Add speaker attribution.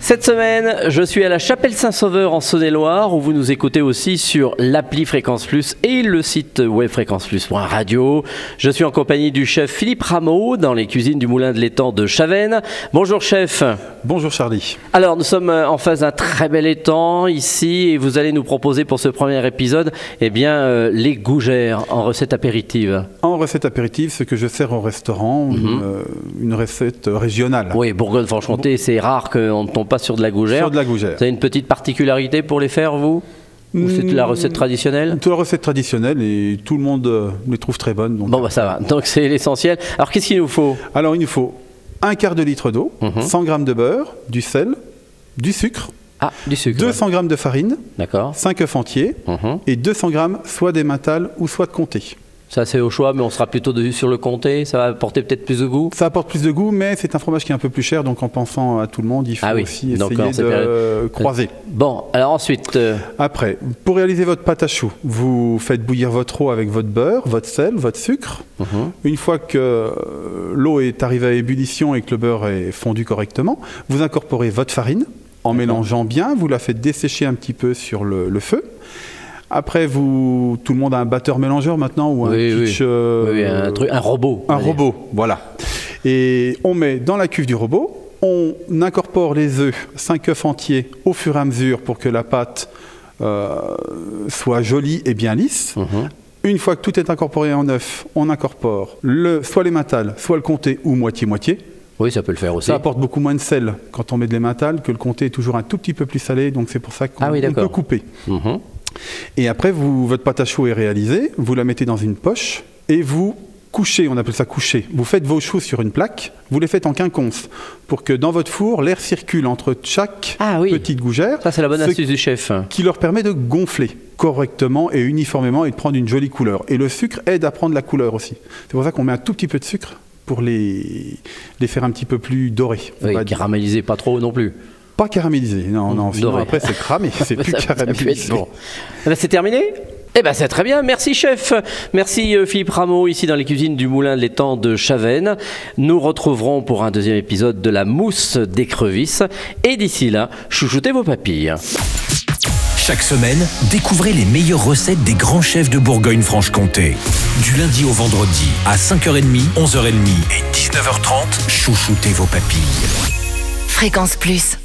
Speaker 1: Cette semaine, je suis à la Chapelle Saint-Sauveur en Saône-et-Loire, où vous nous écoutez aussi sur l'appli Fréquence Plus et le site web fréquenceplus.radio. Je suis en compagnie du chef Philippe Rameau dans les cuisines du Moulin de l'Étang de Chavennes. Bonjour chef.
Speaker 2: Bonjour Charlie.
Speaker 1: Alors, nous sommes euh, en face d'un très bel étang ici, et vous allez nous proposer pour ce premier épisode, eh bien, euh, les gougères en recette apéritive.
Speaker 2: En recette apéritive, ce que je sers au restaurant, une, euh, une recette régionale.
Speaker 1: Mhm. Oui, Bourgogne-Franche-Comté, c'est rare qu'on ne tombe pas sur de la gougère.
Speaker 2: Ah. Sur de la gougère.
Speaker 1: Vous avez une petite particularité pour les faire, vous Ou c'est de la recette traditionnelle
Speaker 2: C'est la recette traditionnelle et tout le monde euh, les trouve très bonnes. donc.
Speaker 1: Bon, bah ça va. Donc, c'est l'essentiel. Alors, qu'est-ce qu'il nous faut
Speaker 2: Alors il nous faut un quart de litre d'eau,
Speaker 1: Mhm.
Speaker 2: 100 g de beurre, du sel, du sucre,
Speaker 1: Ah, du sucre.
Speaker 2: 200 g de farine,
Speaker 1: D'accord.
Speaker 2: 5 œufs entiers
Speaker 1: Mhm.
Speaker 2: et 200 g soit d'emmental ou soit de comté.
Speaker 1: Ça, c'est au choix, mais on sera plutôt de- sur le comté. Ça va apporter peut-être plus de goût.
Speaker 2: Ça apporte plus de goût, mais c'est un fromage qui est un peu plus cher, donc en pensant à tout le monde, il faut
Speaker 1: Ah oui,
Speaker 2: aussi
Speaker 1: donc,
Speaker 2: essayer
Speaker 1: en cette
Speaker 2: de
Speaker 1: période-
Speaker 2: euh, croiser.
Speaker 1: Bon, alors ensuite, euh,
Speaker 2: Après, pour réaliser votre pâte à choux, vous faites bouillir votre eau avec votre beurre, votre sel, votre sucre.
Speaker 1: Mhm.
Speaker 2: Une fois que euh, l'eau est arrivée à ébullition et que le beurre est fondu correctement, vous incorporez votre farine en mélangeant bien, vous la faites dessécher un petit peu sur le, le feu. Après, vous, tout le monde a un batteur mélangeur maintenant ou un
Speaker 1: Oui, oui.
Speaker 2: pitch, euh,
Speaker 1: oui, un, truc, un robot. on
Speaker 2: un
Speaker 1: va dire.
Speaker 2: robot, voilà. Et on met dans la cuve du robot, on incorpore les œufs, 5 œufs entiers, au fur et à mesure pour que la pâte euh, soit jolie et bien lisse.
Speaker 1: Mhm.
Speaker 2: Une fois que tout est incorporé en œuf, on incorpore le, soit les mentales, soit le comté ou moitié-moitié.
Speaker 1: Oui, ça peut le faire aussi.
Speaker 2: Ça apporte beaucoup moins de sel quand on met de l'emmental, que le comté est toujours un tout petit peu plus salé, donc c'est pour ça qu'on
Speaker 1: Ah oui,
Speaker 2: on peut
Speaker 1: d'accord.
Speaker 2: couper.
Speaker 1: Mhm.
Speaker 2: Et après, vous, votre pâte à choux est réalisée, vous la mettez dans une poche et vous couchez, on appelle ça coucher. Vous faites vos choux sur une plaque, vous les faites en quinconce pour que dans votre four, l'air circule entre chaque
Speaker 1: Ah oui.
Speaker 2: petite gougère.
Speaker 1: Ça, c'est la bonne
Speaker 2: ce
Speaker 1: astuce du chef.
Speaker 2: qui leur permet de gonfler correctement et uniformément et de prendre une jolie couleur. Et le sucre aide à prendre la couleur aussi. C'est pour ça qu'on met un tout petit peu de sucre pour les, les faire un petit peu plus dorés. on
Speaker 1: Oui,
Speaker 2: va dire.
Speaker 1: caramélisé pas trop non plus.
Speaker 2: Pas caramélisés, non, non, sinon
Speaker 1: dorés.
Speaker 2: après c'est cramé, c'est plus
Speaker 1: Ça- ça peut être
Speaker 2: caramélisé.
Speaker 1: bon. Eh ben, c'est terminé eh ben c'est très bien, merci chef. Merci euh, Philippe Rameau ici dans les cuisines du Moulin de l'étang de Chavennes. Nous retrouverons pour un deuxième épisode de la mousse d'écrevisse. Et d'ici là, chouchoutez vos papilles.
Speaker 3: Chaque semaine, découvrez les meilleures recettes des grands chefs de Bourgogne-Franche-Comté. Du lundi au vendredi, à 5h30, 11h30 et 19h30, chouchoutez vos papilles.
Speaker 4: Fréquence Plus.